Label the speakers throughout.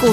Speaker 1: 股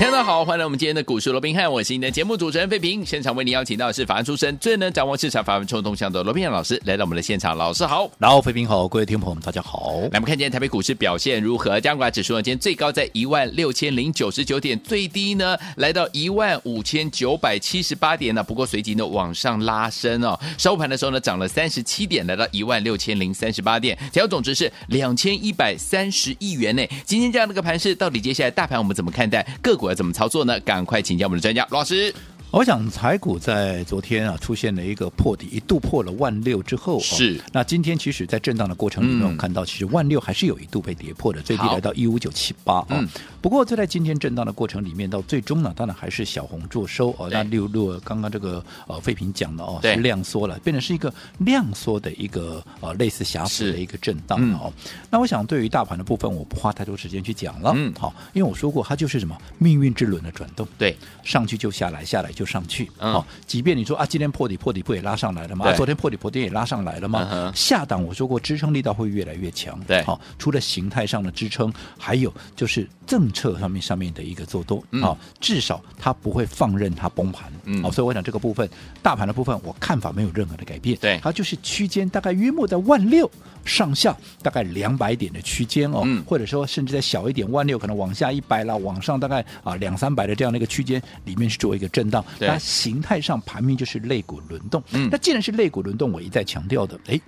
Speaker 2: 大家好，欢迎来我们今天的股市罗宾汉，我是你的节目主持人费平。现场为您邀请到的是法案出身、最能掌握市场法案冲动向的罗宾汉老师来到我们的现场，老师好。
Speaker 3: 然后，飞平好，各位听众朋友们，大家好。
Speaker 2: 来，我们看今天台北股市表现如何？加权指数呢，今天最高在一万六千零九十九点，最低呢来到一万五千九百七十八点呢。啊不过随即呢往上拉升哦，收盘的时候呢涨了三十七点，来到一万六千零三十八点，成交总值是两千一百三十亿元呢。今天这样的一个盘势，到底接下来大盘我们怎么看待？个股要怎么操作呢？赶快请教我们的专家罗老师。
Speaker 3: 我想台股在昨天啊出现了一个破底，一度破了万六之后、哦，
Speaker 2: 是
Speaker 3: 那今天其实，在震荡的过程里面，
Speaker 2: 嗯
Speaker 3: 我们看到其实万六还是有一度被跌破的，最低
Speaker 2: 好
Speaker 3: 来到一五九七八啊
Speaker 2: 嗯。
Speaker 3: 不过就在今天震荡的过程里面，到最终呢，当然还是小红做收哦。
Speaker 2: 对
Speaker 3: 那六六刚刚这个呃废品讲的哦，
Speaker 2: 对
Speaker 3: 是量缩了，变成是一个量缩的一个呃类似狭幅
Speaker 2: 是嗯
Speaker 3: 的一个震荡哦。那我想对于大盘的部分，我不花太多时间去讲了，
Speaker 2: 嗯
Speaker 3: 好，因为我说过它就是什么命运之轮的转动，
Speaker 2: 对，
Speaker 3: 上去就下来，下来就上去。好、
Speaker 2: 嗯
Speaker 3: 即便你说啊，今天破底破底不也拉上来了吗？
Speaker 2: 对
Speaker 3: 啊昨天破底破底也拉上来了吗？
Speaker 2: 嗯哼
Speaker 3: 下档我说过，支撑力道会越来越强。
Speaker 2: 对
Speaker 3: 好、除了形态上的支撑，还有就是政策上面上面的一个做多。好、
Speaker 2: 嗯
Speaker 3: 至少它不会放任它崩盘。
Speaker 2: 嗯
Speaker 3: 好、所以我想这个部分，大盘的部分，我看法没有任何的改变。
Speaker 2: 对
Speaker 3: 它就是区间大概约莫在万六上下，大概两百点的区间哦，
Speaker 2: 嗯
Speaker 3: 或者说甚至再小一点，万六可能往下一百啦，往上大概啊两三百的这样的一个区间里面去做一个震荡。
Speaker 2: 对
Speaker 3: 那形态上盘面就是肋骨轮动。
Speaker 2: 嗯
Speaker 3: 那既然是肋骨轮动，我一再强调的，哎，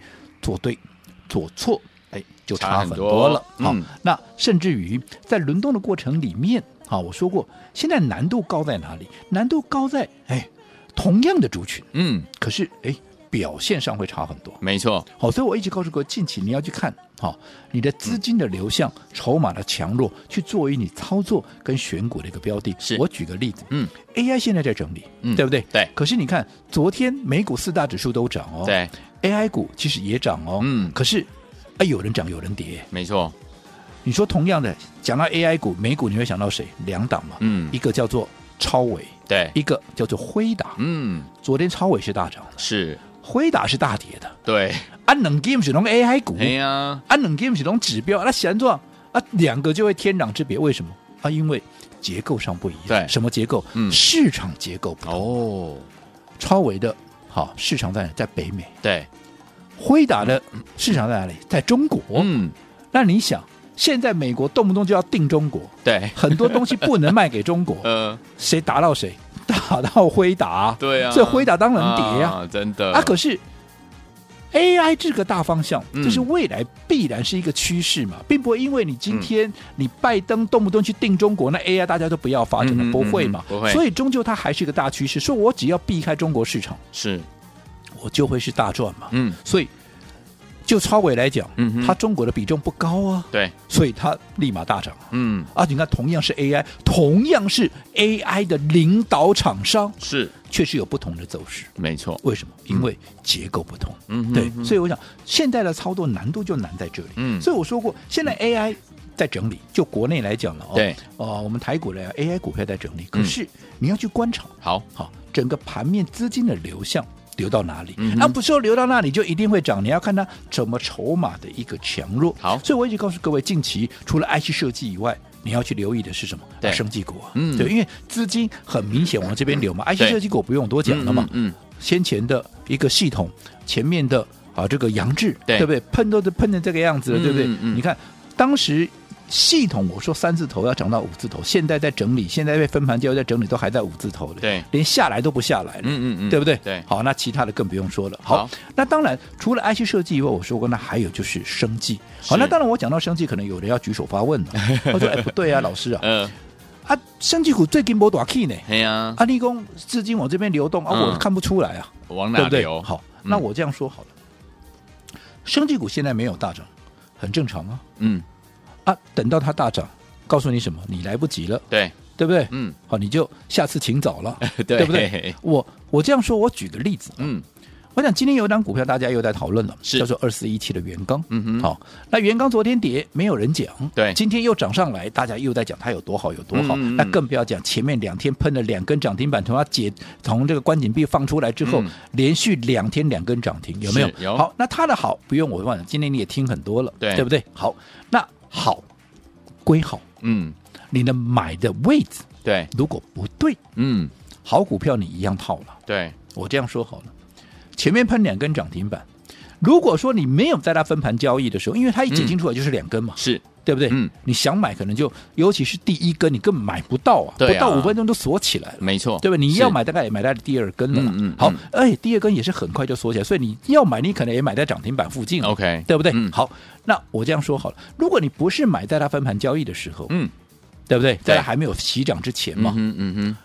Speaker 3: 做对做错，哎，就
Speaker 2: 差
Speaker 3: 差
Speaker 2: 很
Speaker 3: 很
Speaker 2: 多
Speaker 3: 多了。好、
Speaker 2: 嗯
Speaker 3: 那甚至于在轮动的过程里面，啊，我说过，现在难度高在哪里？难度高在哎，同样的族群，
Speaker 2: 嗯，
Speaker 3: 可是哎，表现上会差很多。
Speaker 2: 没错，
Speaker 3: 好，所以我一直告诉各位，近期你要去看好、你的
Speaker 2: 嗯
Speaker 3: 资金的流向、筹码的强弱，去作为你操作跟选股的一个标的。
Speaker 2: 是
Speaker 3: 我举个例子，
Speaker 2: 嗯
Speaker 3: ，AI 现在在整理，
Speaker 2: 嗯
Speaker 3: 对不对？
Speaker 2: 对
Speaker 3: 可是你看，昨天美股四大指数都涨哦，
Speaker 2: 对
Speaker 3: ，AI 股其实也涨哦，
Speaker 2: 嗯
Speaker 3: 可是哎，有人涨，有人跌。
Speaker 2: 没错，
Speaker 3: 你说同样的，讲到 AI 股、美股，你会想到谁？两档嘛，
Speaker 2: 嗯
Speaker 3: 一个叫做超伟，
Speaker 2: 对，
Speaker 3: 一个叫做辉达。
Speaker 2: 嗯，
Speaker 3: 昨天超伟是大涨的，
Speaker 2: 是，
Speaker 3: 辉达是大跌的，啊
Speaker 2: 对，
Speaker 3: 安能 game 是弄 AI 股。
Speaker 2: 哎呀，
Speaker 3: 啊，两 game 是种指标，那显然啊，两个就会天壤之别。为什么？啊，因为结构上不一样。
Speaker 2: 对
Speaker 3: 什么结构？
Speaker 2: 嗯
Speaker 3: 市场结构不同。
Speaker 2: 哦，
Speaker 3: 超维的，好、市场在哪在北美，
Speaker 2: 对，
Speaker 3: 辉达的市场在哪里？在中国。
Speaker 2: 嗯，
Speaker 3: 那你想，现在美国动不动就要定中国，
Speaker 2: 对，，
Speaker 3: 很多东西不能卖给中国
Speaker 2: 呃，
Speaker 3: 谁打到谁？ 打到辉达。
Speaker 2: 对啊，
Speaker 3: 所以辉达当然跌啊。
Speaker 2: 啊，真的
Speaker 3: 啊，可是 AI 这个大方向，
Speaker 2: 嗯
Speaker 3: 这是未来必然是一个趋势嘛，并不会因为你
Speaker 2: 嗯
Speaker 3: 今天你拜登动不动去定中国，那 AI 大家都不要发展了，
Speaker 2: 嗯嗯
Speaker 3: 不会嘛？
Speaker 2: 嗯嗯不会
Speaker 3: 所以终究它还是一个大趋势。说我只要避开中国市场，
Speaker 2: 是，
Speaker 3: 我就会是大赚嘛。
Speaker 2: 嗯，
Speaker 3: 所以就超伟来讲，
Speaker 2: 嗯哼
Speaker 3: 它中国的比重不高啊，
Speaker 2: 对，
Speaker 3: 所以它立马大涨啊。
Speaker 2: 嗯，
Speaker 3: 啊，你看，同样是 AI，同样是 AI 的领导厂商，
Speaker 2: 是，
Speaker 3: 却是有不同的走势。
Speaker 2: 没错，
Speaker 3: 为什么？因为结构不同。
Speaker 2: 嗯哼
Speaker 3: 对
Speaker 2: 嗯哼，
Speaker 3: 所以我想现在的操作难度就难在这里。
Speaker 2: 嗯
Speaker 3: 所以我说过，现在 AI 在整理，就国内来讲了哦。
Speaker 2: 对，
Speaker 3: 哦，我们台股的 AI 股票在整理，
Speaker 2: 嗯
Speaker 3: 可是你要去观察，
Speaker 2: 好，
Speaker 3: 好，整个盘面资金的流向。流到哪里？
Speaker 2: 嗯哼
Speaker 3: 那、不是说流到那里就一定会涨，你要看它怎么筹码的一个强弱。
Speaker 2: 好
Speaker 3: 所以我一直告诉各位，近期除了 IC 设计以外，你要去留意的是什么？
Speaker 2: 对
Speaker 3: 啊生技股啊，
Speaker 2: 嗯
Speaker 3: 对，因为资金很明显往这边流嘛。IC
Speaker 2: 对
Speaker 3: 设计股不用多讲了嘛，
Speaker 2: 嗯，嗯
Speaker 3: 先前的一个系统，前面的啊这个杨志，
Speaker 2: 对
Speaker 3: 不对？喷都是喷成这个样子了，
Speaker 2: 嗯
Speaker 3: 对不对？
Speaker 2: 嗯嗯
Speaker 3: 你看当时。系统我说三字头要涨到五字头，现在在整理，现在被分盘交易在整理，都还在五字头的，
Speaker 2: 对
Speaker 3: 连下来都不下来了，
Speaker 2: 嗯嗯嗯
Speaker 3: 对不对？
Speaker 2: 对
Speaker 3: 好，那其他的更不用说了。
Speaker 2: 好
Speaker 3: 那当然除了 IC 设计以外，我说过，那还有就是生技。好，
Speaker 2: 是
Speaker 3: 那当然我讲到生技，可能有人要举手发问 了，他说：“哎，不对啊，老师啊，
Speaker 2: 嗯呃，
Speaker 3: 啊，生技股最近没大 key 呢，
Speaker 2: 哎呀，
Speaker 3: 啊，立功资金往这边流动啊，
Speaker 2: 嗯
Speaker 3: 我看不出来啊。”
Speaker 2: 往
Speaker 3: 对
Speaker 2: 哪
Speaker 3: 不对
Speaker 2: 流？？
Speaker 3: 好，
Speaker 2: 嗯
Speaker 3: 那我这样说好了，生技股现在没有大涨，很正常啊
Speaker 2: 嗯，
Speaker 3: 啊！等到它大涨，告诉你什么？你来不及了，
Speaker 2: 对，
Speaker 3: 对不对？
Speaker 2: 嗯，
Speaker 3: 好，你就下次请早了
Speaker 2: ，对
Speaker 3: 不对？我我这样说，我举个例子，
Speaker 2: 嗯，
Speaker 3: 我想今天有一档股票大家又在讨论了，
Speaker 2: 是
Speaker 3: 叫做二四一七的元刚。
Speaker 2: 嗯哼
Speaker 3: 好、那元刚昨天跌，没有人讲，
Speaker 2: 对
Speaker 3: 今天又涨上来，大家又在讲它有多好有多好。
Speaker 2: 嗯嗯嗯
Speaker 3: 那更不要讲前面两天喷了两根涨停板，从它解从这个关紧闭放出来之后，
Speaker 2: 嗯
Speaker 3: 连续两天两根涨停，有没有
Speaker 2: 是？有
Speaker 3: 好，那它的好不用我问了，今天你也听很多了，
Speaker 2: 对
Speaker 3: 对不对？好，那好归好，
Speaker 2: 嗯，
Speaker 3: 你的买的位置
Speaker 2: 对，
Speaker 3: 如果不对，
Speaker 2: 嗯，
Speaker 3: 好股票你一样套了。
Speaker 2: 对，
Speaker 3: 我这样说好了，前面喷两根涨停板，如果说你没有在它分盘交易的时候，因为它一解禁出来就是两根嘛，
Speaker 2: 是，
Speaker 3: 对不对？
Speaker 2: 嗯，
Speaker 3: 你想买可能就，尤其是第一根，你根本买不到啊，
Speaker 2: 对啊
Speaker 3: 不到五分钟都锁起来了。
Speaker 2: 没错，
Speaker 3: 对吧？你要
Speaker 2: 是，
Speaker 3: 买大概也买在第二根了啦，
Speaker 2: 嗯嗯
Speaker 3: 好
Speaker 2: 嗯，
Speaker 3: 哎，第二根也是很快就锁起来，所以你要买，你可能也买在涨停板附近了
Speaker 2: OK，
Speaker 3: 对不对？
Speaker 2: 嗯
Speaker 3: 好，那我这样说好了，如果你不是买在它分盘交易的时候，
Speaker 2: 嗯，
Speaker 3: 对不对？在
Speaker 2: 对
Speaker 3: 它还没有起涨之前嘛
Speaker 2: 嗯，哼，嗯哼，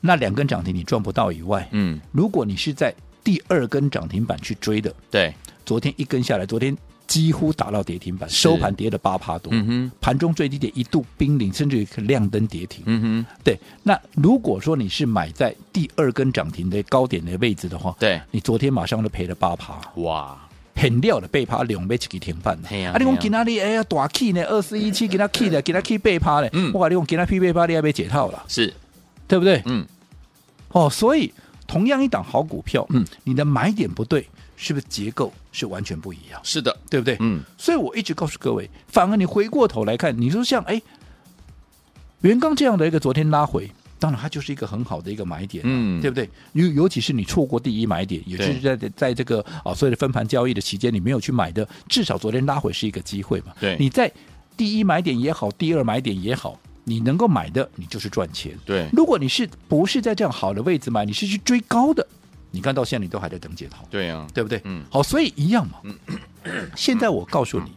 Speaker 3: 那两根涨停你赚不到以外，
Speaker 2: 嗯，
Speaker 3: 如果你是在第二根涨停板去追的，
Speaker 2: 对，
Speaker 3: 昨天一根下来，昨天几乎打到跌停板，
Speaker 2: 是
Speaker 3: 收盘跌了八趴多，
Speaker 2: 嗯哼，
Speaker 3: 盘中最低点一度濒临，甚至于亮灯跌停。
Speaker 2: 嗯哼，
Speaker 3: 对，那如果说你是买在第二根涨停的高点的位置的话，
Speaker 2: 对，
Speaker 3: 你昨天马上就赔了八趴，
Speaker 2: 哇，
Speaker 3: 很料的八趴，两倍去停板的。
Speaker 2: 嘿呀嘿
Speaker 3: 你讲
Speaker 2: 呀
Speaker 3: 今仔日哎呀大起呢，二四 一七给他起呢，给他起八趴呢，
Speaker 2: 嗯
Speaker 3: 我跟你讲今仔日八趴你还被解套了，
Speaker 2: 是，
Speaker 3: 对不对？
Speaker 2: 嗯，
Speaker 3: 哦，所以同样一档好股票，
Speaker 2: 嗯，
Speaker 3: 你的买点不对，是不是结构是完全不一样，
Speaker 2: 是的，
Speaker 3: 对不对？
Speaker 2: 嗯，
Speaker 3: 所以我一直告诉各位，反而你回过头来看，你说像哎，元刚这样的一个昨天拉回，当然它就是一个很好的一个买点、
Speaker 2: 嗯
Speaker 3: 对不对？尤尤其是你错过第一买点，也就是在在这个啊所谓的分盘交易的期间，你没有去买的，至少昨天拉回是一个机会嘛。
Speaker 2: 对
Speaker 3: 你在第一买点也好，第二买点也好，你能够买的，你就是赚钱。
Speaker 2: 对，
Speaker 3: 如果你是不是在这样好的位置买，你是去追高的，你看到现在你都还在等解套，
Speaker 2: 对啊，
Speaker 3: 对不对？
Speaker 2: 嗯
Speaker 3: 好，所以一样嘛。 现在我告诉你，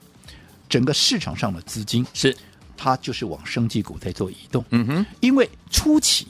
Speaker 3: 整个市场上的资金
Speaker 2: 是，
Speaker 3: 它就是往生技股在做移动，
Speaker 2: 嗯哼，
Speaker 3: 因为初期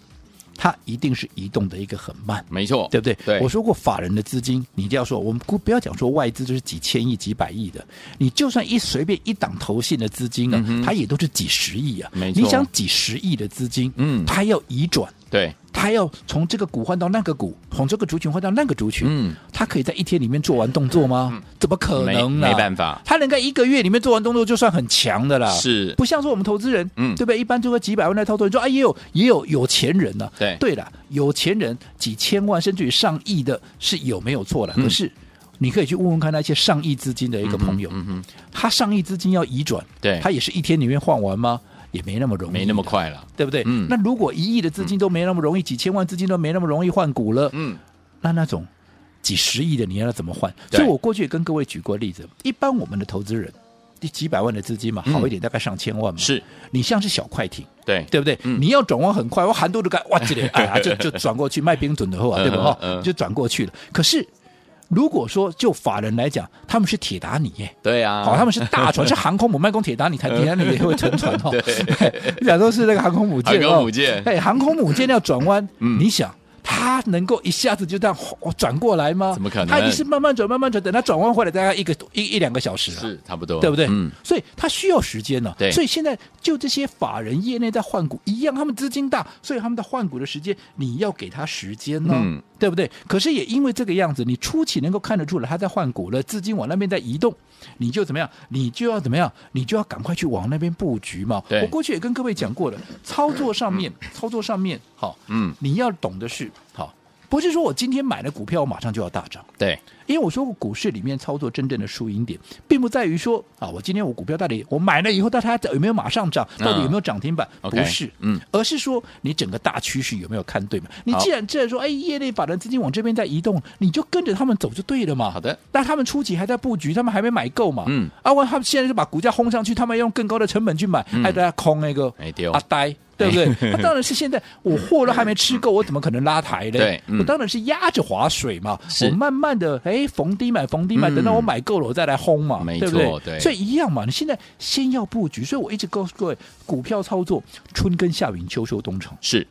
Speaker 3: 它一定是移动的一个很慢。
Speaker 2: 没错，
Speaker 3: 对不对？
Speaker 2: 对，
Speaker 3: 我说过法人的资金，你一定要说，我们不不要讲说外资就是几千亿、几百亿的，你就算一随便一档投信的资金啊，它也都是几十亿啊。
Speaker 2: 嗯没错
Speaker 3: 你想几十亿的资金，
Speaker 2: 嗯
Speaker 3: 它要移转，
Speaker 2: 对，
Speaker 3: 他要从这个股换到那个股，从这个族群换到那个族群，
Speaker 2: 嗯，
Speaker 3: 他可以在一天里面做完动作吗？怎么可
Speaker 2: 没
Speaker 3: 能呢、啊
Speaker 2: 没办法，
Speaker 3: 他能在一个月里面做完动作就算很强的啦，
Speaker 2: 是，
Speaker 3: 啊不像说我们投资人，
Speaker 2: 嗯
Speaker 3: 对不对？一般做个几百万在操作，你说啊，也有也有有钱人呢、
Speaker 2: 对
Speaker 3: 对了，有钱人几千万甚至于上亿的是有没有错了？
Speaker 2: 嗯
Speaker 3: 可是你可以去问问看那些上亿资金的一个朋友，
Speaker 2: 嗯哼，
Speaker 3: 他上亿资金要移转，
Speaker 2: 对
Speaker 3: 他也是一天里面换完吗？也没那么容易，
Speaker 2: 没那么。快了，
Speaker 3: 对不对？
Speaker 2: 嗯
Speaker 3: 那如果一亿的资金都没那么容易，几千万资金都没那么容易换股了，
Speaker 2: 嗯，
Speaker 3: 那那种几十亿的你要怎么换？
Speaker 2: 对
Speaker 3: 所以我过去也跟各位举过例子，一般我们的投资人。第几百万的资金嘛，
Speaker 2: 嗯
Speaker 3: 好一点大概上千万嘛。
Speaker 2: 是，
Speaker 3: 你像是小快艇，
Speaker 2: 对，
Speaker 3: 对不对？
Speaker 2: 嗯
Speaker 3: 你要转弯很快，我喊多就该哇，这里 啊，就就转过去卖冰准的货啊，对吧？
Speaker 2: 嗯嗯
Speaker 3: 哈，就转过去了。可是如果说就法人来讲，他们是铁达尼耶，
Speaker 2: 对啊，
Speaker 3: 好，他们是大船，是航空母，卖公铁达 尼才铁达尼也会沉船哦。 讲都是那个航空母舰哦，
Speaker 2: 航空母舰
Speaker 3: 哎，航空母舰要转弯，
Speaker 2: 嗯
Speaker 3: 你想。它能够一下子就这样哦转过来吗？
Speaker 2: 怎么可能
Speaker 3: 它一定是慢慢转，慢慢转，等它转弯回来，大概一个一一两个小时、啊，
Speaker 2: 是差不多，
Speaker 3: 对不对？
Speaker 2: 嗯，
Speaker 3: 所以它需要时间呢、
Speaker 2: 对
Speaker 3: 所以现在就这些法人业内在换股一样，他们资金大，所以他们在换股的时间，你要给他时间呢、
Speaker 2: 嗯
Speaker 3: 对不对？可是也因为这个样子，你初期能够看得出来他在换股了，资金往那边在移动，你就怎么样？你就要怎么样？你就要赶快去往那边布局嘛。
Speaker 2: 对
Speaker 3: 我过去也跟各位讲过了，操作上面，操作上面，好，
Speaker 2: 嗯，
Speaker 3: 你要懂的是，好，不是说我今天买了股票，我马上就要大涨。
Speaker 2: 对，
Speaker 3: 因为我说过，股市里面操作真正的输赢点，并不在于说啊，我今天我股票到底我买了以后，到底它有没有马上涨，
Speaker 2: 嗯
Speaker 3: 到底有没有涨停板？
Speaker 2: OK，
Speaker 3: 不是，
Speaker 2: 嗯，
Speaker 3: 而是说你整个大趋势有没有看对嘛？你
Speaker 2: 好
Speaker 3: 既然既然说，哎，业内法人资金往这边在移动，你就跟着他们走就对了嘛。
Speaker 2: 好的，
Speaker 3: 那他们初期还在布局，他们还没买够嘛？
Speaker 2: 嗯，
Speaker 3: 啊，我他们现在就把股价轰上去，他们要用更高的成本去买，还在那空那个
Speaker 2: 嗯哎对哦
Speaker 3: 阿呆。对不对？那、当然是 现在我货都还没吃够，我怎么可能拉抬呢？
Speaker 2: 对嗯
Speaker 3: 我当然是压着划水嘛。
Speaker 2: 是
Speaker 3: 我慢慢的，哎，逢低买，逢低买，
Speaker 2: 嗯
Speaker 3: 等到我买够了，我再来轰嘛，
Speaker 2: 没
Speaker 3: 对不对
Speaker 2: 错？对
Speaker 3: 所以一样嘛。你现在先要布局，所以我一直告诉各位，股票操作春耕夏耘秋收冬藏，
Speaker 2: 是，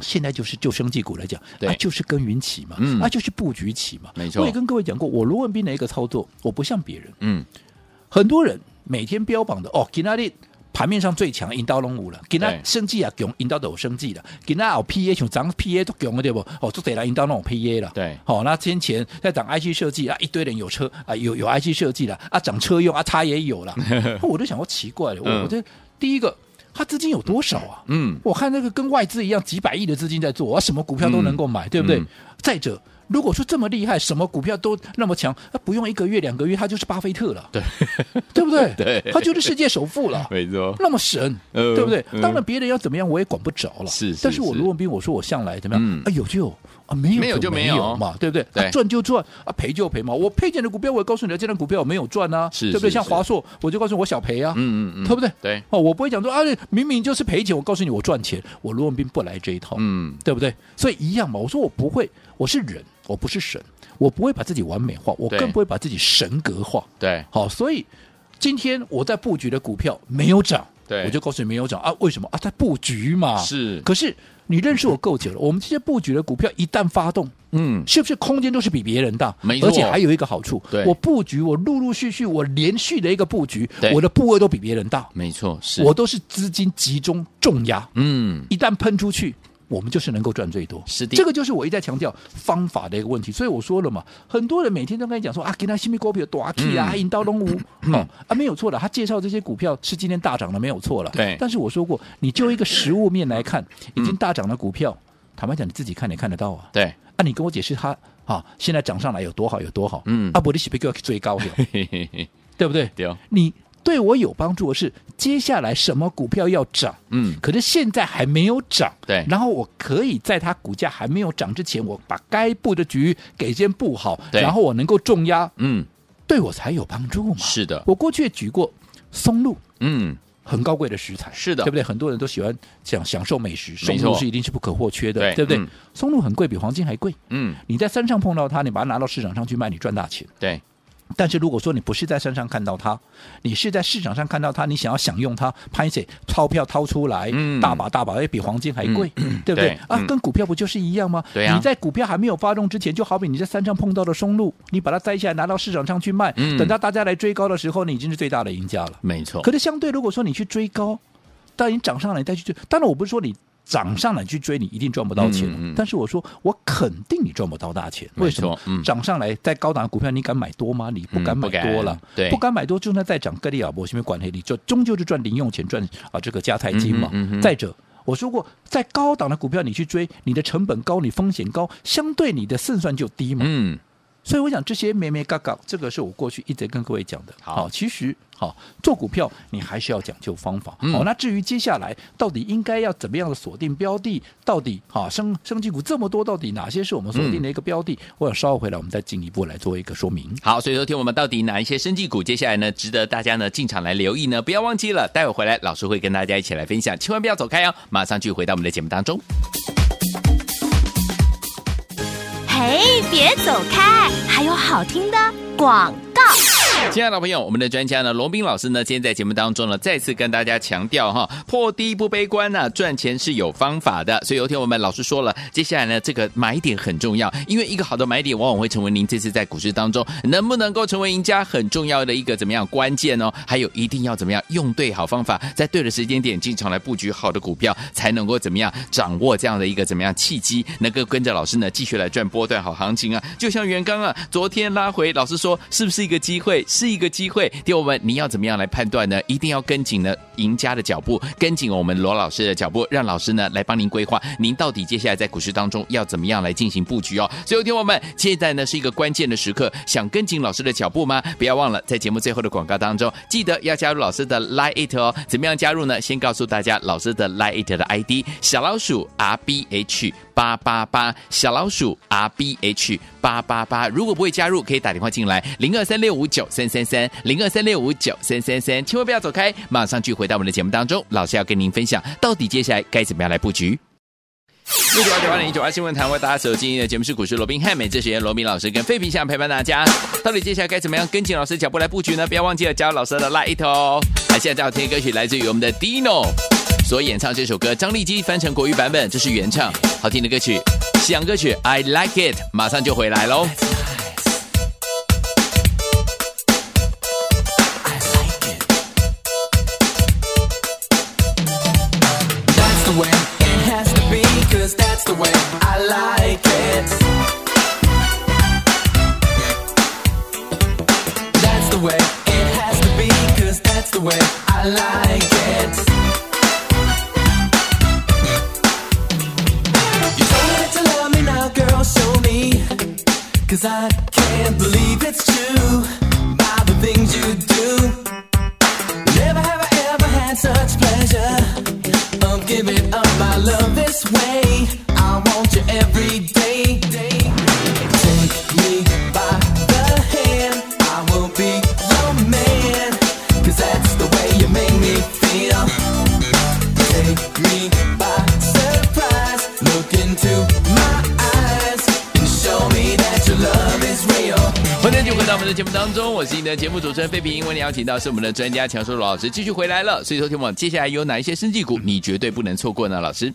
Speaker 3: 现在就是就生技股来讲，
Speaker 2: 对
Speaker 3: 啊，就是耕耘期嘛，
Speaker 2: 嗯
Speaker 3: 啊，就是布局期嘛。
Speaker 2: 没错
Speaker 3: 我也跟各位讲过，我罗文斌的一个操作，我不像别人，
Speaker 2: 嗯，
Speaker 3: 很多人每天标榜的哦，今天盘面上最强，引到龙五了，给那
Speaker 2: 对
Speaker 3: 生计啊，强引到有生计了，给那有 PA 像涨 PA 都强了对不？哦，就得来引到那种 PA E 了。
Speaker 2: 对
Speaker 3: 好、那先前在涨 IC 设计啊，一堆人有车啊，有有 IC 设计了啊，涨车用啊，他也 有了。那我就想说奇怪了，我
Speaker 2: 嗯
Speaker 3: 我这第一个。他资金有多少啊？
Speaker 2: 嗯，
Speaker 3: 我看那个跟外资一样几百亿的资金在做，啊，什么股票都能够买，对不对？
Speaker 2: 嗯
Speaker 3: 再者，如果说这么厉害，什么股票都那么强，那不用一个月两个月，他就是巴菲特了，对 对不对？
Speaker 2: 对
Speaker 3: 他就是世界首富了。
Speaker 2: 没错，
Speaker 3: 那么神，
Speaker 2: 呃
Speaker 3: 对不对
Speaker 2: 嗯？
Speaker 3: 当然，别人要怎么样，我也管不着了。
Speaker 2: 是是
Speaker 3: 但是我
Speaker 2: 是
Speaker 3: 罗文斌，我说我向来怎么
Speaker 2: 嗯
Speaker 3: 样？啊，有就有，啊，没有
Speaker 2: 没有就没
Speaker 3: 没
Speaker 2: 有
Speaker 3: 有嘛，对不对？
Speaker 2: 对
Speaker 3: 啊赚就赚，啊，赔就赔嘛。我配件的股票，我也告诉你了，这张股票我没有赚啊，
Speaker 2: 是
Speaker 3: 对不对？
Speaker 2: 是
Speaker 3: 像
Speaker 2: 是
Speaker 3: 华硕，我就告诉你我小赔啊，
Speaker 2: 嗯嗯嗯
Speaker 3: 对不对？
Speaker 2: 对，
Speaker 3: 哦，我不会讲说啊，明明就是赔钱，我告诉你我赚钱，我罗文斌不来这一套，
Speaker 2: 嗯，
Speaker 3: 对不对？所以一样嘛，我说我不会，我是人，我不是神，我不会把自己完美化，我
Speaker 2: 对
Speaker 3: 更不会把自己神格化。
Speaker 2: 对，
Speaker 3: 好，所以今天我在布局的股票没有涨，
Speaker 2: 对
Speaker 3: 我就告诉你没有涨啊，为什么啊？在布局嘛，。
Speaker 2: 是，
Speaker 3: 可是你认识我够久了，我们这些布局的股票一旦发动，
Speaker 2: 嗯，
Speaker 3: 是不是空间都是比别人大？
Speaker 2: 没错
Speaker 3: 而且还有一个好处
Speaker 2: 对，
Speaker 3: 我布局，我陆陆续续，我连续的一个布局
Speaker 2: 对，
Speaker 3: 我的部位都比别人大。
Speaker 2: 没错，是，
Speaker 3: 我，都是资金集中重压，
Speaker 2: 嗯，
Speaker 3: 一旦喷出去，我们就是能够赚最多。
Speaker 2: 是的
Speaker 3: 这个就是我一再强调方法的一个问题。所以我说了嘛，很多人每天都跟你讲说啊，给他新密股票多 K
Speaker 2: 嗯
Speaker 3: 啊，引刀龙五，哦啊，没有错的。他介绍这些股票是今天大涨的，没有错了。
Speaker 2: 对
Speaker 3: 但是我说过，你就一个实物面来看，已经大涨的股票，坦白讲，你自己看也看得到啊。
Speaker 2: 对，
Speaker 3: 啊，你跟我解释它啊，现在涨上来有多好，有多好？
Speaker 2: 嗯
Speaker 3: 啊，不，你是不是给我去追高了？
Speaker 2: 嘿嘿嘿，
Speaker 3: 对不对？
Speaker 2: 对哦
Speaker 3: 你对我有帮助的是，接下来什么股票要涨？
Speaker 2: 嗯
Speaker 3: 可是现在还没有涨，
Speaker 2: 对
Speaker 3: 然后我可以在它股价还没有涨之前，我把该布的局给先布好，
Speaker 2: 对
Speaker 3: 然后我能够重压，
Speaker 2: 嗯，
Speaker 3: 对我才有帮助嘛。
Speaker 2: 是的，
Speaker 3: 我过去也举过松露。
Speaker 2: 嗯，
Speaker 3: 很高贵的食材，
Speaker 2: 是的
Speaker 3: 对不对？很多人都喜欢享享受美食，
Speaker 2: 没
Speaker 3: 松
Speaker 2: 错
Speaker 3: 露是一定是不可或缺的，
Speaker 2: 对
Speaker 3: 不对？
Speaker 2: 嗯
Speaker 3: 松露很贵，比黄金还贵。
Speaker 2: 嗯，
Speaker 3: 你在山上碰到它，你把它拿到市场上去卖，你赚大钱。
Speaker 2: 对，
Speaker 3: 但是如果说你不是在山上看到它，你是在市场上看到它，你想要享用它，拍谁钞票掏出来，
Speaker 2: 嗯
Speaker 3: 大把大把，哎也比黄金还贵，对不对
Speaker 2: 对？
Speaker 3: 啊
Speaker 2: 嗯，
Speaker 3: 跟股票不就是一样吗？
Speaker 2: 对啊
Speaker 3: 你在股票还没有发动之前，就好比你在山上碰到的松露，你把它摘下来拿到市场上去卖，
Speaker 2: 嗯
Speaker 3: 等到大家来追高的时候，你已经是最大的赢家了。
Speaker 2: 没错，
Speaker 3: 可是相对，如果说你去追高，当你涨上来再去追，当然我不是说你涨上来去追，你一定赚不到
Speaker 2: 嗯
Speaker 3: 钱，
Speaker 2: 嗯嗯
Speaker 3: 但是我说我肯定你赚不到大钱，
Speaker 2: 没错
Speaker 3: 为什么？
Speaker 2: 嗯
Speaker 3: 涨上来再高档的股票，你敢买多吗？你不敢
Speaker 2: 嗯不
Speaker 3: 买多
Speaker 2: 敢
Speaker 3: 了，
Speaker 2: 对
Speaker 3: 不敢买多，就算再涨，格里亚波什么关系？你就终究是赚零用钱，赚啊这个加台金嘛。
Speaker 2: 嗯哼嗯哼
Speaker 3: 再者。我说过，在高档的股票你去追，你的成本高，你风险高，相对你的胜算就低嘛。
Speaker 2: 嗯，
Speaker 3: 所以我想这些咩咩嘎嘎，这个是我过去一直跟各位讲的。
Speaker 2: 好
Speaker 3: 其实好做股票，你还是要讲究方法。
Speaker 2: 嗯
Speaker 3: 好，那至于接下来到底应该要怎么样的锁定标的，到底哈升升级股这么多，到底哪些是我们锁定的一个标的？
Speaker 2: 嗯
Speaker 3: 我想稍后回来我们再进一步来做一个说明。
Speaker 2: 好，所以说听我们到底哪一些生技股，接下来呢，值得大家呢进场来留意呢？不要忘记了，待会回来老师会跟大家一起来分享，千万不要走开哦，马上就回到我们的节目当中。
Speaker 1: 嘿，别走开，还有好听的广告。
Speaker 2: 亲爱的朋友我们的专家呢，罗斌老师呢，今天在节目当中呢，再次跟大家强调哈，破低不悲观呐、赚钱是有方法的。所以有一天我们老师说了，接下来呢，这个买点很重要，因为一个好的买点往往会成为您这次在股市当中能不能够成为赢家很重要的一个怎么样关键哦。还有一定要怎么样用对好方法，在对的时间点进场来布局好的股票，才能够怎么样掌握这样的一个怎么样契机，能够跟着老师呢继续来赚波段好行情啊。就像元刚啊，昨天拉回，老师说是不是一个机会？是一个机会。第我们你要怎么样来判断呢？一定要跟紧呢赢家的脚步，跟紧我们罗老师的脚步，让老师呢来帮您规划您到底接下来在股市当中要怎么样来进行布局哦。所以，听我们现在呢是一个关键的时刻，想跟紧老师的脚步吗？不要忘了在节目最后的广告当中，记得要加入老师的 Line It 哦。怎么样加入呢？先告诉大家老师的 Line It 的 ID 小老鼠 R B H 八八八，小老鼠 R B H 八八八。如果不会加入，可以打电话进来零二三六五九三三三零二三六五九三三三，千万不要走开，马上就回到我们的节目当中，老师要跟您分享到底接下来该怎么样来布局。六九八九八零一九八新闻台为大家所经营的节目是股市罗宾汉美，这时间罗宾老师跟费平想陪伴大家，到底接下来该怎么样跟紧老师脚步来布局呢？不要忘记了加入老师的 Light 哦。来，现在要听的歌曲来自于我们的 Dino 所演唱这首歌，张丽基翻成国语版本，这是原唱，好听的歌曲，西洋歌曲 I Like It，马上就回来喽。
Speaker 4: I like it. Cause that's the way I like it. That's the way it has to be. Cause that's the way I like it. You don't have to love me now, girl. Show me. Cause I can't believe it's true. By the things you do. Never have I ever had such pleasure of giving up my love this way. I want you every day. Take me by the hand, I will be your man. Cause that's the way you make me feel. Take me by surprise, look into my eyes and show me that your love is real.
Speaker 2: 欢迎继续回到我们的节目当中，我是你的节目主持人费平。为你邀请到是我们的专家强叔罗老师继续回来了。所以，说，天网接下来有哪一些生技股你绝对不能错过呢？老师，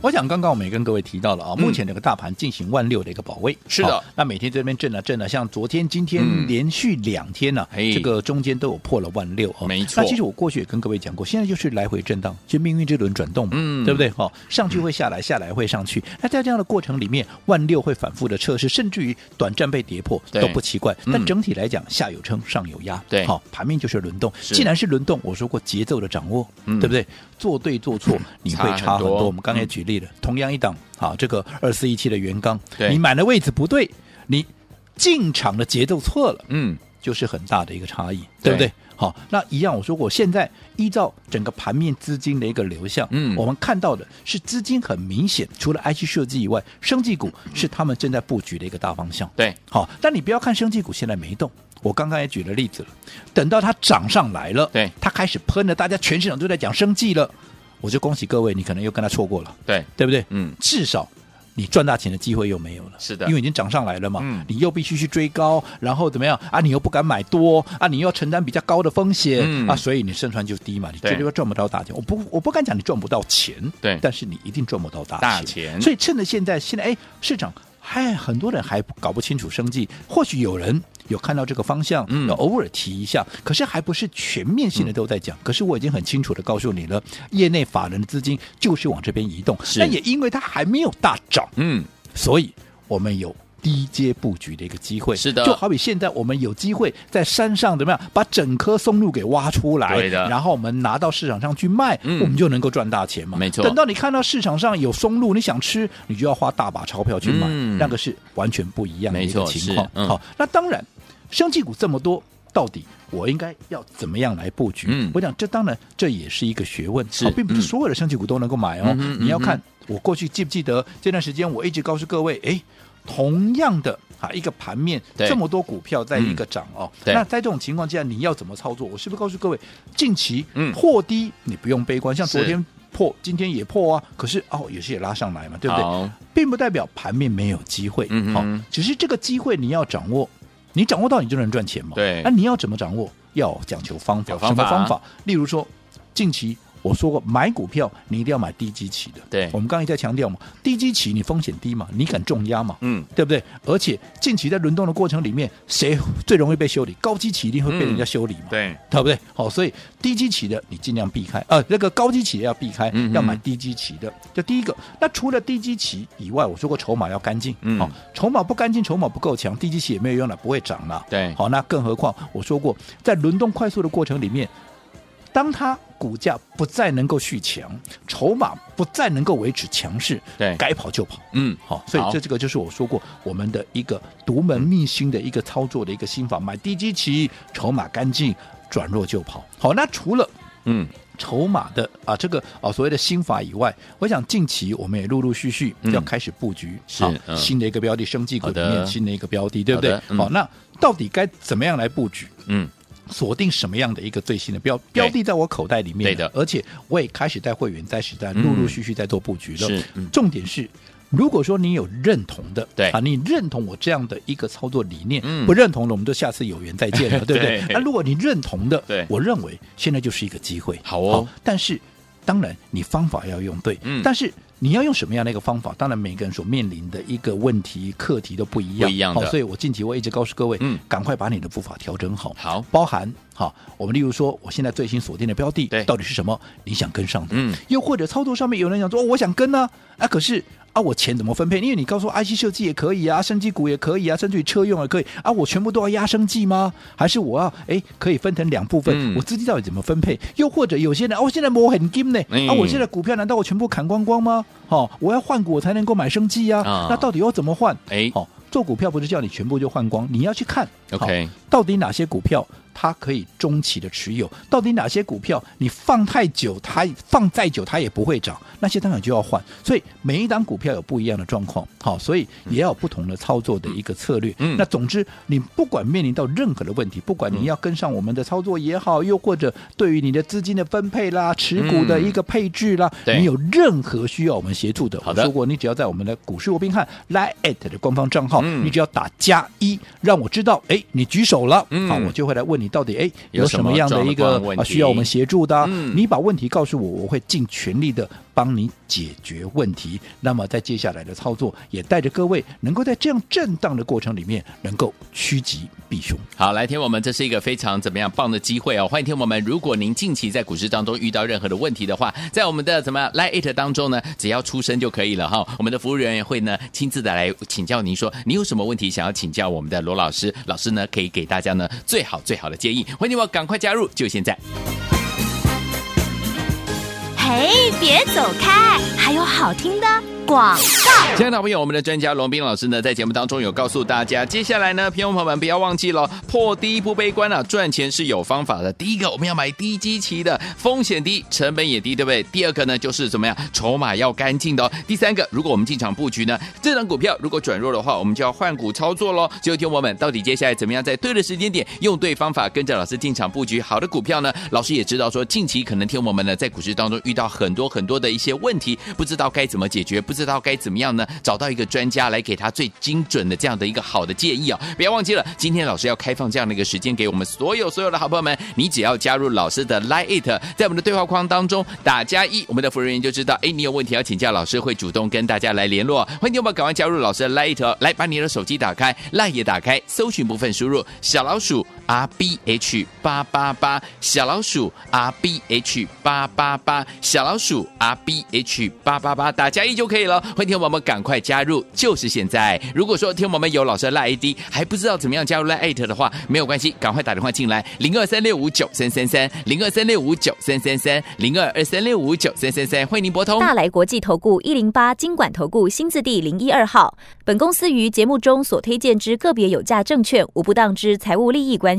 Speaker 3: 我想刚刚我们也跟各位提到了啊，目前这个大盘进行万六的一个保卫，
Speaker 2: 嗯是的
Speaker 3: 好那每天这边震啊震啊，像昨天、今
Speaker 2: 嗯
Speaker 3: 天连续两天呢、
Speaker 2: 嘿
Speaker 3: 这个中间都有破了万六哦。
Speaker 2: 没错
Speaker 3: 那其实我过去也跟各位讲过，现在就是来回震荡，就命运这轮转动嘛，
Speaker 2: 嗯
Speaker 3: 对不对？哦，上去会下来，下来会上去。那在这样的过程里面，万六会反复的测试，甚至于短暂被跌破
Speaker 2: 对
Speaker 3: 都不奇怪。
Speaker 2: 嗯
Speaker 3: 但整体来讲，下有撑，上有压，
Speaker 2: 对
Speaker 3: 好，盘面就是轮动。
Speaker 2: 是
Speaker 3: 既然是轮动，我说过节奏的掌握，
Speaker 2: 嗯
Speaker 3: 对不对？做对做错，你会
Speaker 2: 差很
Speaker 3: 差很
Speaker 2: 多嗯
Speaker 3: 多。我们刚才也举例了，同样一档啊，这个二四一七的元刚，
Speaker 2: 对
Speaker 3: 你买的位置不对，你进场的节奏错了，
Speaker 2: 嗯，
Speaker 3: 就是很大的一个差异，
Speaker 2: 对
Speaker 3: 对不对？好，那一样，我说过，现在依照整个盘面资金的一个流向，
Speaker 2: 嗯
Speaker 3: 我们看到的是资金很明显，除了 IC 设计以外，生技股是他们正在布局的一个大方向。
Speaker 2: 对，
Speaker 3: 好，但你不要看生技股现在没动，我刚刚也举了例子了，等到它涨上来了，
Speaker 2: 对
Speaker 3: 它开始喷了，大家全市场都在讲生技了，我就恭喜各位，你可能又跟它错过了，
Speaker 2: 对，
Speaker 3: 对不对？
Speaker 2: 嗯，
Speaker 3: 至少。你赚大钱的机会又没有了，
Speaker 2: 是的
Speaker 3: 因为已经涨上来了嘛，
Speaker 2: 嗯
Speaker 3: 你又必须去追高，然后怎么样啊？你又不敢买多啊，你又要承担比较高的风险、
Speaker 2: 嗯
Speaker 3: 啊，所以你胜算就低嘛，你
Speaker 2: 对
Speaker 3: 绝对赚不到大钱。我不，我不敢讲你赚不到钱，
Speaker 2: 对
Speaker 3: 但是你一定赚不到大
Speaker 2: 大钱
Speaker 3: 所以趁着现在，现在哎，市场还很多人还搞不清楚生计，或许有人。有看到这个方向，
Speaker 2: 嗯
Speaker 3: 那偶尔提一下，可是还不是全面性的都在
Speaker 2: 嗯
Speaker 3: 讲。可是我已经很清楚的告诉你了，业内法人的资金就是往这边移动，
Speaker 2: 是
Speaker 3: 那也因为它还没有大涨，
Speaker 2: 嗯，
Speaker 3: 所以我们有低阶布局的一个机会。
Speaker 2: 是的
Speaker 3: 就好比现在我们有机会在山上怎么样，把整棵松露给挖出来，
Speaker 2: 对的
Speaker 3: 然后我们拿到市场上去卖，
Speaker 2: 嗯
Speaker 3: 我们就能够赚大钱嘛。
Speaker 2: 没错
Speaker 3: 等到你看到市场上有松露，你想吃，你就要花大把钞票去买，
Speaker 2: 嗯
Speaker 3: 那个是完全不一样的一
Speaker 2: 没
Speaker 3: 个
Speaker 2: 错
Speaker 3: 情况
Speaker 2: 是。嗯
Speaker 3: 好，那当然，生技股这么多。到底我应该要怎么样来布局？
Speaker 2: 嗯
Speaker 3: 我讲这当然这也是一个学问，
Speaker 2: 是
Speaker 3: 好并不是
Speaker 2: 嗯
Speaker 3: 所有的生技股都能够买哦。
Speaker 2: 嗯哼
Speaker 3: 你要
Speaker 2: 嗯哼
Speaker 3: 看我过去记不记得这段时间，我一直告诉各位，哎，同样的啊，一个盘面
Speaker 2: 对嗯
Speaker 3: 这么多股票在一个涨哦，
Speaker 2: 对
Speaker 3: 那在这种情况之下，你要怎么操作？我是不是告诉各位，近期
Speaker 2: 嗯
Speaker 3: 破低、你不用悲观，像昨
Speaker 2: 是
Speaker 3: 天破，今天也破啊，可是哦，也是也拉上来嘛，对不对？
Speaker 2: 好
Speaker 3: 并不代表盘面没有机会，
Speaker 2: 嗯
Speaker 3: 好、
Speaker 2: 哼
Speaker 3: 只是这个机会你要掌握，你掌握到你就能赚钱嘛。
Speaker 2: 对
Speaker 3: 那你要怎么掌握？要讲求方法，
Speaker 2: 有方法
Speaker 3: 什么方法？例如说，近期我说过，买股票你一定要买低基期的。
Speaker 2: 对
Speaker 3: 我们刚才在强调嘛，低基期你风险低嘛，你敢重压嘛，
Speaker 2: 嗯，
Speaker 3: 对不对？而且近期在轮动的过程里面，谁最容易被修理？高基期一定会被
Speaker 2: 嗯
Speaker 3: 人家修理嘛。
Speaker 2: 对，
Speaker 3: 对不对？好、所以低基期的你尽量避开，呃，那个高基期的要避开，
Speaker 2: 嗯哼
Speaker 3: 要买低基期的。这第一个，那除了低基期以外，我说过筹码要干净，
Speaker 2: 嗯
Speaker 3: 好、筹码不干净，筹码不够强，低基期也没有用了，不会涨了。
Speaker 2: 对
Speaker 3: 好、那更何况我说过，在轮动快速的过程里面，当它股价不再能够续强，筹码不再能够维持强势，
Speaker 2: 对
Speaker 3: 该跑就跑。
Speaker 2: 嗯，
Speaker 3: 好、所以
Speaker 2: 好
Speaker 3: 这这个就是我说过我们的一个独门秘辛的一个操作的一个心法，买低基期，筹码干净，转弱就跑。好，那除了
Speaker 2: 嗯，
Speaker 3: 筹码的啊这个啊所谓的心法以外，我想近期我们也陆陆续续
Speaker 2: 嗯
Speaker 3: 要开始布局、
Speaker 2: 是
Speaker 3: 好
Speaker 2: 嗯
Speaker 3: 新的一个标的，生技
Speaker 2: 好
Speaker 3: 股里
Speaker 2: 的
Speaker 3: 面新的一个标的，对不对
Speaker 2: 好的？嗯
Speaker 3: 好，那到底该怎么样来布局？
Speaker 2: 嗯，
Speaker 3: 锁定什么样的一个最新的标
Speaker 2: 对
Speaker 3: 标的在我口袋里面，
Speaker 2: 对
Speaker 3: 啊
Speaker 2: 的
Speaker 3: 而且我也开始带会员在实战，
Speaker 2: 嗯
Speaker 3: 陆陆续续在做布局了。
Speaker 2: 是嗯
Speaker 3: 重点是。如果说你有认同的，
Speaker 2: 对
Speaker 3: 啊，你认同我这样的一个操作理念，
Speaker 2: 嗯
Speaker 3: 不认同的，我们就下次有缘再见 了，对不对啊
Speaker 2: 对？
Speaker 3: 那如果你认同的，
Speaker 2: 对
Speaker 3: 我认为现在就是一个机会，
Speaker 2: 好哦
Speaker 3: 但是当然你方法要用对，
Speaker 2: 嗯
Speaker 3: 但是。你要用什么样的一个方法？当然，每个人所面临的一个问题、课题都不一样。
Speaker 2: 不
Speaker 3: 哦
Speaker 2: 一样的
Speaker 3: 好所以我近期我一直告诉各位，
Speaker 2: 嗯
Speaker 3: 赶快把你的步伐调整好。
Speaker 2: 好
Speaker 3: 包含好，我们例如说，我现在最新锁定的标的
Speaker 2: 对
Speaker 3: 到底是什么？你想跟上的？
Speaker 2: 嗯，
Speaker 3: 又或者操作上面有人想说，哦我想跟呢、啊，可是啊，我钱怎么分配？因为你告诉我 IC 设计也可以啊，生技股也可以啊，甚至于车用也可以啊，我全部都要压生技吗？还是我要哎可以分成两部分？
Speaker 2: 嗯
Speaker 3: 我资金到底怎么分配？又或者有些人哦，现在摸很金呢，
Speaker 2: 嗯
Speaker 3: 啊，我现在股票难道我全部砍光光吗？哦，我要换股我才能够买生技呀、
Speaker 2: 啊
Speaker 3: 那到底要怎么换？
Speaker 2: 哎
Speaker 3: 哦，做股票不是叫你全部就换光，你要去看
Speaker 2: OK
Speaker 3: 好到底哪些股票它可以中期的持有，到底哪些股票你放太久，它放再久它也不会涨，那些当然就要换。所以每一档股票有不一样的状况，好，所以也要有不同的操作的一个策略。
Speaker 2: 嗯
Speaker 3: 那总之你不管面临到任何的问题，不管你要跟上我们的操作也好，又或者对于你的资金的分配啦、持股的一个配置啦，
Speaker 2: 嗯对
Speaker 3: 你有任何需要我们协助的，
Speaker 2: 好
Speaker 3: 我
Speaker 2: 的
Speaker 3: 说过，你只要在我们的股市罗宾汉 Line at 的官方账号，
Speaker 2: 嗯
Speaker 3: 你只要打加一，让我知道，哎，你举手了，
Speaker 2: 嗯
Speaker 3: 好，我就会来问你到底，哎，
Speaker 2: 有
Speaker 3: 有什么样的一
Speaker 2: 什么
Speaker 3: 个
Speaker 2: 状况问题
Speaker 3: 啊需要我们协助的啊、
Speaker 2: 嗯
Speaker 3: 你把问题告诉我，我会尽全力的帮你解决问题。那么在接下来的操作，也带着各位能够在这样震荡的过程里面，能够趋吉避凶。
Speaker 2: 好，来，天我们，这是一个非常怎么样棒的机会哦！欢迎天我们，如果您近期在股市当中遇到任何的问题的话，在我们的怎么样 Line It 当中呢，只要出声就可以了哈、我们的服务人员会呢亲自的来请教您说，你有什么问题想要请教我们的罗老师，老师呢可以给大家呢最好最好的建议。欢迎你们赶快加入，就现在。
Speaker 1: 嘿，别走开，还有好听的广。
Speaker 2: 亲爱的朋友我们的专家龙斌老师呢，在节目当中有告诉大家，接下来呢，朋友们不要忘记了，破低不悲观啊，赚钱是有方法的。第一个，我们要买低基期的，风险低，成本也低，对不对？第二个呢，就是怎么样，筹码要干净的、哦。第三个，如果我们进场布局呢，这档股票如果转弱的话，我们就要换股操作喽。所以，听我们到底接下来怎么样，在对的时间点，用对方法，跟着老师进场布局好的股票呢？老师也知道说，近期可能听我们呢，在股市当中遇到很多很多的一些问题，不知道该怎么解决，不知道该怎么样呢？找到一个专家来给他最精准的这样的一个好的建议啊、不要忘记了，今天老师要开放这样的一个时间给我们所有所有的好朋友们，你只要加入老师的 Line It，在我们的对话框当中打加一，我们的服务人员就知道，哎，你有问题要请教老师，会主动跟大家来联络。欢迎你们赶快加入老师的 Line It，哦来把你的手机打开，Line 也打开，搜寻部分输入小老鼠 R B H 八八八，小老鼠 R B H 八八八，小老鼠 R B H 八八八，打加一就可以了。欢迎听我们赶快加入，就是现在。如果说听我们有老师的 l ID 还不知道怎么样加入 l i 特的话，没有关系，赶快打电话进来，零二三六五九三三三，零二三六五九三三三，零二二三六五九三三三，欢迎您拨通。
Speaker 5: 大来国际投顾一零八金管投顾新字第零一二号。本公司于节目中所推荐之个别有价证券，无不当之财务利益关